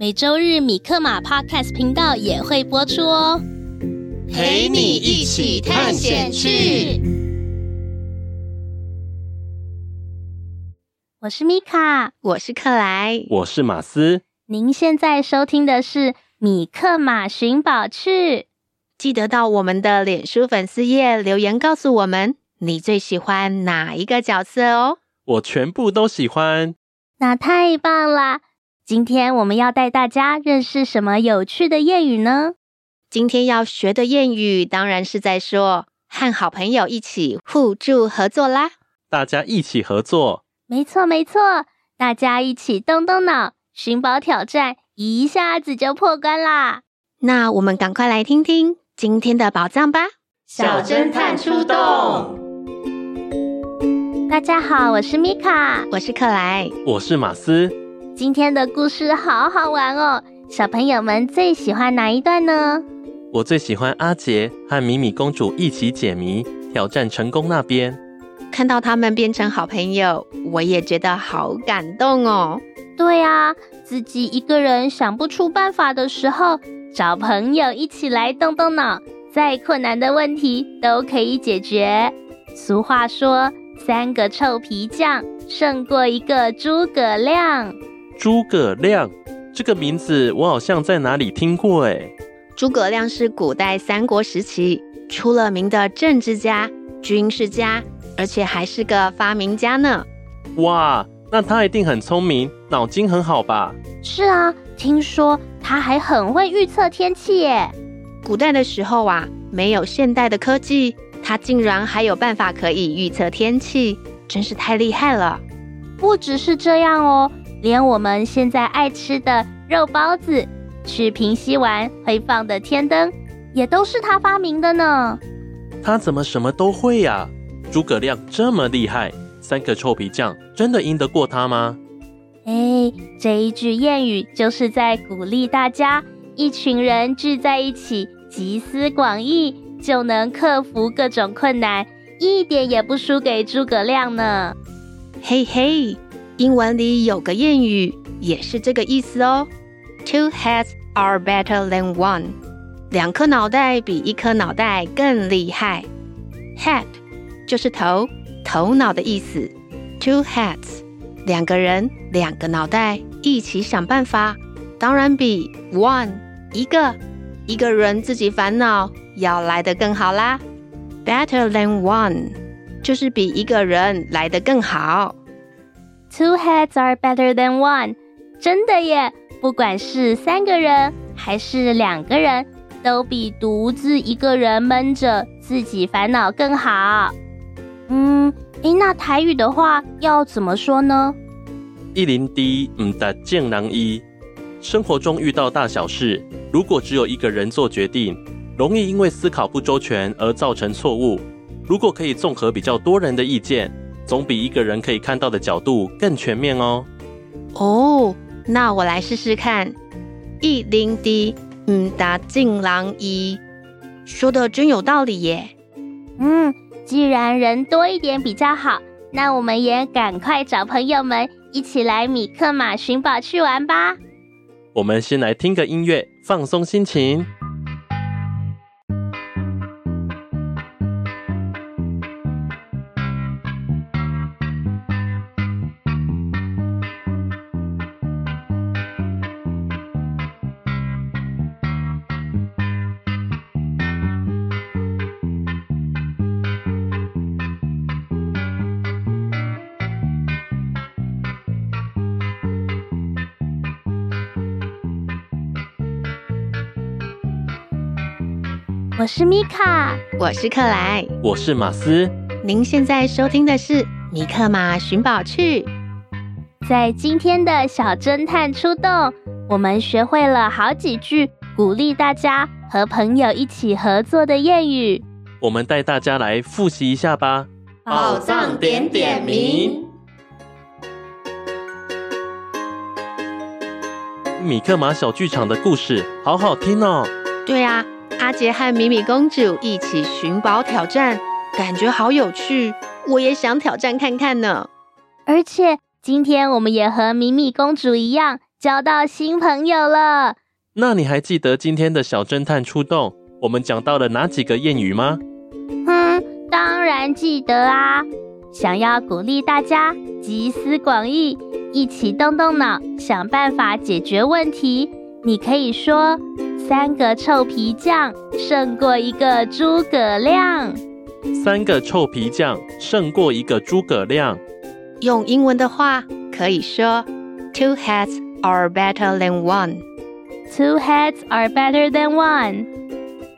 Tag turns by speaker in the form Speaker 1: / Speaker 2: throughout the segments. Speaker 1: 每周日米克马 Podcast 频道也会播出哦。
Speaker 2: 陪你一起探险去。
Speaker 1: 我是米卡，
Speaker 3: 我是克莱，
Speaker 4: 我是马斯，
Speaker 1: 您现在收听的是《米克马寻宝趣》。
Speaker 3: 记得到我们的脸书粉丝页留言告诉我们你最喜欢哪一个角色哦。
Speaker 4: 我全部都喜欢。
Speaker 1: 那太棒啦！今天我们要带大家认识什么有趣的谚语呢？
Speaker 3: 今天要学的谚语当然是在说和好朋友一起互助合作啦。
Speaker 4: 大家一起合作，
Speaker 1: 没错，没错，大家一起动动脑，寻宝挑战一下子就破关啦！
Speaker 3: 那我们赶快来听听今天的宝藏吧。
Speaker 2: 小侦探出动，
Speaker 1: 大家好，我是米卡，
Speaker 3: 我是克莱，
Speaker 4: 我是马斯。
Speaker 1: 今天的故事好好玩哦，小朋友们最喜欢哪一段呢？
Speaker 4: 我最喜欢阿杰和米米公主一起解谜，挑战成功那边。
Speaker 3: 看到他们变成好朋友，我也觉得好感动哦。
Speaker 1: 对啊，自己一个人想不出办法的时候，找朋友一起来动动脑，再困难的问题都可以解决。俗话说，三个臭皮匠胜过一个诸葛亮。
Speaker 4: 诸葛亮这个名字，我好像在哪里听过诶。
Speaker 3: 诸葛亮是古代三国时期出了名的政治家、军事家，而且还是个发明家呢。
Speaker 4: 哇，那他一定很聪明，脑筋很好吧？
Speaker 1: 是啊，听说他还很会预测天气耶。
Speaker 3: 古代的时候啊，没有现代的科技，他竟然还有办法可以预测天气，真是太厉害了。
Speaker 1: 不只是这样哦，连我们现在爱吃的肉包子，去平西玩会放的天灯，也都是他发明的呢。
Speaker 4: 他怎么什么都会呀、诸葛亮这么厉害，三个臭皮匠真的赢得过他吗？
Speaker 1: 哎，这一句谚语就是在鼓励大家，一群人聚在一起，集思广益，就能克服各种困难，一点也不输给诸葛亮呢。
Speaker 3: 嘿嘿，英文里有个谚语也是这个意思哦。Two heads are better than one，两颗脑袋比一颗脑袋更厉害。Head 就是头、头脑的意思。Two heads，两个人、两个脑袋一起想办法，当然比 one 一个一个人自己烦恼要来得更好啦。Better than one 就是比一个人来得更好。
Speaker 1: Two heads are better than one，真的耶！不管是三个人还是两个人，都比独自一个人闷着自己烦恼更好。嗯，诶，那台语的话要怎么说呢？
Speaker 4: 一零低，嗯的见狼一。生活中遇到大小事，如果只有一个人做决定，容易因为思考不周全而造成错误。如果可以综合比较多人的意见，总比一个人可以看到的角度更全面哦。
Speaker 3: 哦，那我来试试看。一零滴，嗯达进狼一，说的真有道理耶。
Speaker 1: 嗯，既然人多一点比较好，那我们也赶快找朋友们一起来米克马寻宝去玩吧。
Speaker 4: 我们先来听个音乐，放松心情。
Speaker 1: 我是米卡，
Speaker 3: 我是克莱。
Speaker 4: 我是马斯，
Speaker 3: 您现在收听的是《米克马寻宝趣》。
Speaker 1: 在今天的小侦探出动，我们学会了好几句鼓励大家和朋友一起合作的谚语。
Speaker 4: 我们带大家来复习一下吧。
Speaker 2: 宝藏点点名。
Speaker 4: 米克马小剧场的故事好好听哦，
Speaker 3: 对啊，阿杰和米米公主一起寻宝挑战，感觉好有趣，我也想挑战看看呢。
Speaker 1: 而且今天我们也和米米公主一样交到新朋友了。
Speaker 4: 那你还记得今天的小侦探出动，我们讲到了哪几个谚语吗？
Speaker 1: 嗯，当然记得啊！想要鼓励大家集思广益，一起动动脑，想办法解决问题。你可以说“三个臭皮匠胜过一个诸葛亮
Speaker 4: 三个臭皮匠胜过一个诸葛亮。
Speaker 3: 用英文的话可以说，Two heads are better than one。
Speaker 1: ”，“Two heads are better than one”。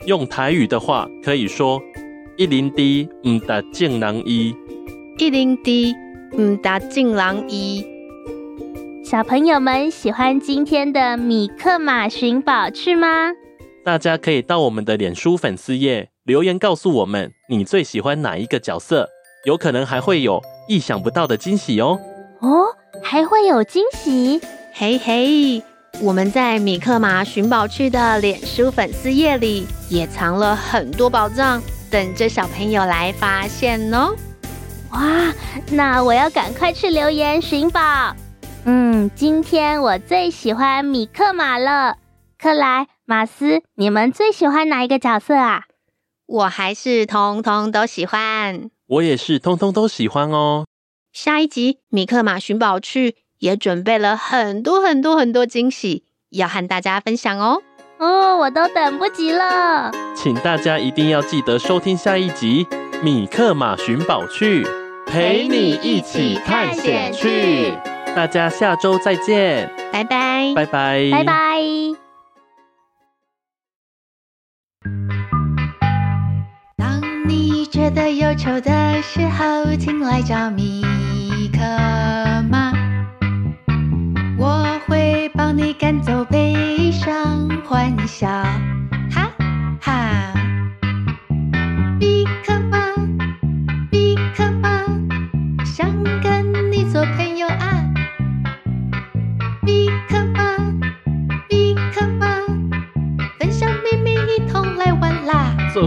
Speaker 4: 用台语的话可以说“一零 D 唔达见囊一
Speaker 3: 一零 D 嗯唔达进狼一。
Speaker 1: 小朋友们喜欢今天的米克马寻宝趣吗？”，
Speaker 4: 大家可以到我们的脸书粉丝页留言告诉我们你最喜欢哪一个角色，有可能还会有意想不到的惊喜哦。
Speaker 1: 哦，还会有惊喜！
Speaker 3: 嘿嘿，我们在米克马寻宝区的脸书粉丝页里也藏了很多宝藏，等着小朋友来发现哦。
Speaker 1: 哇，那我要赶快去留言寻宝。嗯，今天我最喜欢米克马了。克莱、马斯，你们最喜欢哪一个角色啊？
Speaker 3: 我还是通通都喜欢。
Speaker 4: 我也是，通通都喜欢哦。
Speaker 3: 下一集米克马寻宝趣也准备了很多很多很多惊喜要和大家分享哦。
Speaker 1: 哦，我都等不及了。
Speaker 4: 请大家一定要记得收听下一集《米克马寻宝趣》，陪你一起探险去。大家下周再见，
Speaker 3: 拜拜。
Speaker 4: 拜拜，
Speaker 1: 拜拜。
Speaker 5: 当你觉得忧愁的时候，请来找米克妈，我会帮你赶走悲伤，欢笑，哈哈。米克妈，米克妈，想跟你做朋友啊。米克妈，米克妈，分享秘密，一同来玩啦。
Speaker 4: 做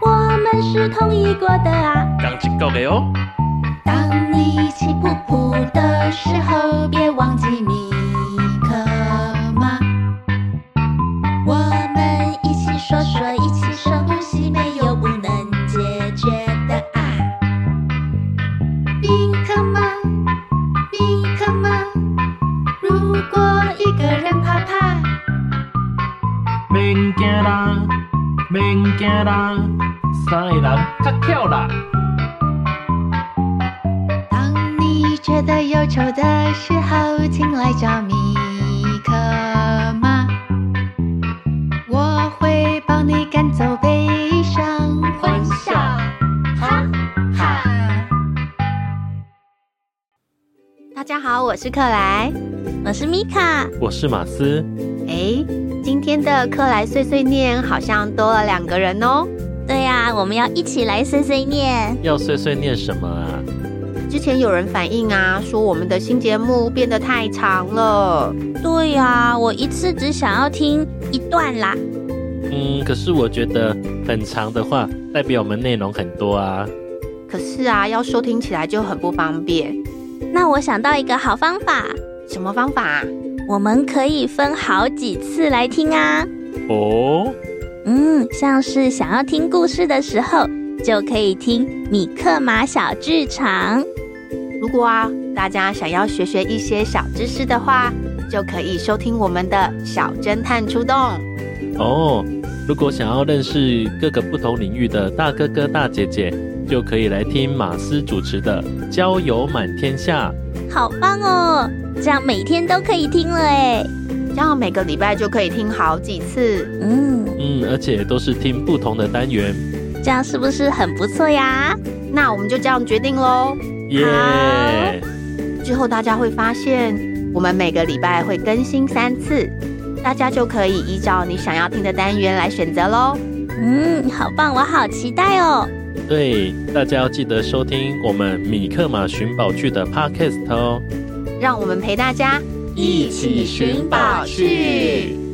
Speaker 5: 我们是同一国的啊。
Speaker 4: 讲一个的哦。
Speaker 5: 当你气噗噗的时候，别忘记米克妈。我们一起说说，一起深呼吸，没有不能解决的啊。米克妈，米克妈，如果一个人怕怕，
Speaker 6: 免惊啦，免惊啦，三个人较巧啦。
Speaker 5: 当你觉得忧愁的时候，请来找米克妈，我会帮你赶走悲伤，欢笑，哈哈。
Speaker 3: 大家好，我是克莱。
Speaker 1: 我是米卡。
Speaker 4: 我是马斯，
Speaker 3: 诶，今天的克莱碎碎念好像多了两个人哦。
Speaker 1: 对呀、我们要一起来碎碎念。
Speaker 4: 要碎碎念什么啊？
Speaker 3: 之前有人反映啊，说我们的新节目变得太长了。
Speaker 1: 对呀、我一次只想要听一段啦。
Speaker 4: 嗯，可是我觉得很长的话，代表我们内容很多啊。
Speaker 3: 可是啊，要收听起来就很不方便。
Speaker 1: 那我想到一个好方法，
Speaker 3: 什么方法、啊？
Speaker 1: 我们可以分好几次来听啊。
Speaker 4: 哦，
Speaker 1: 嗯，像是想要听故事的时候，就可以听米克马小剧场。
Speaker 3: 如果啊，大家想要学学一些小知识的话，就可以收听我们的《小侦探出动》。
Speaker 4: 哦，如果想要认识各个不同领域的大哥哥大姐姐，就可以来听马斯主持的《交友满天下》。
Speaker 1: 好棒哦！这样每天都可以听了哎。
Speaker 3: 这样每个礼拜就可以听好几次。
Speaker 1: 嗯，
Speaker 4: 嗯，而且都是听不同的单元。
Speaker 1: 这样是不是很不错呀？
Speaker 3: 那我们就这样决定喽。
Speaker 4: 耶、
Speaker 3: 之后大家会发现，我们每个礼拜会更新三次，大家就可以依照你想要听的单元来选择喽。
Speaker 1: 嗯，好棒，我好期待哦。
Speaker 4: 对，大家要记得收听我们米克马寻宝剧的 Podcast 哦。
Speaker 3: 让我们陪大家
Speaker 2: 一起寻宝去。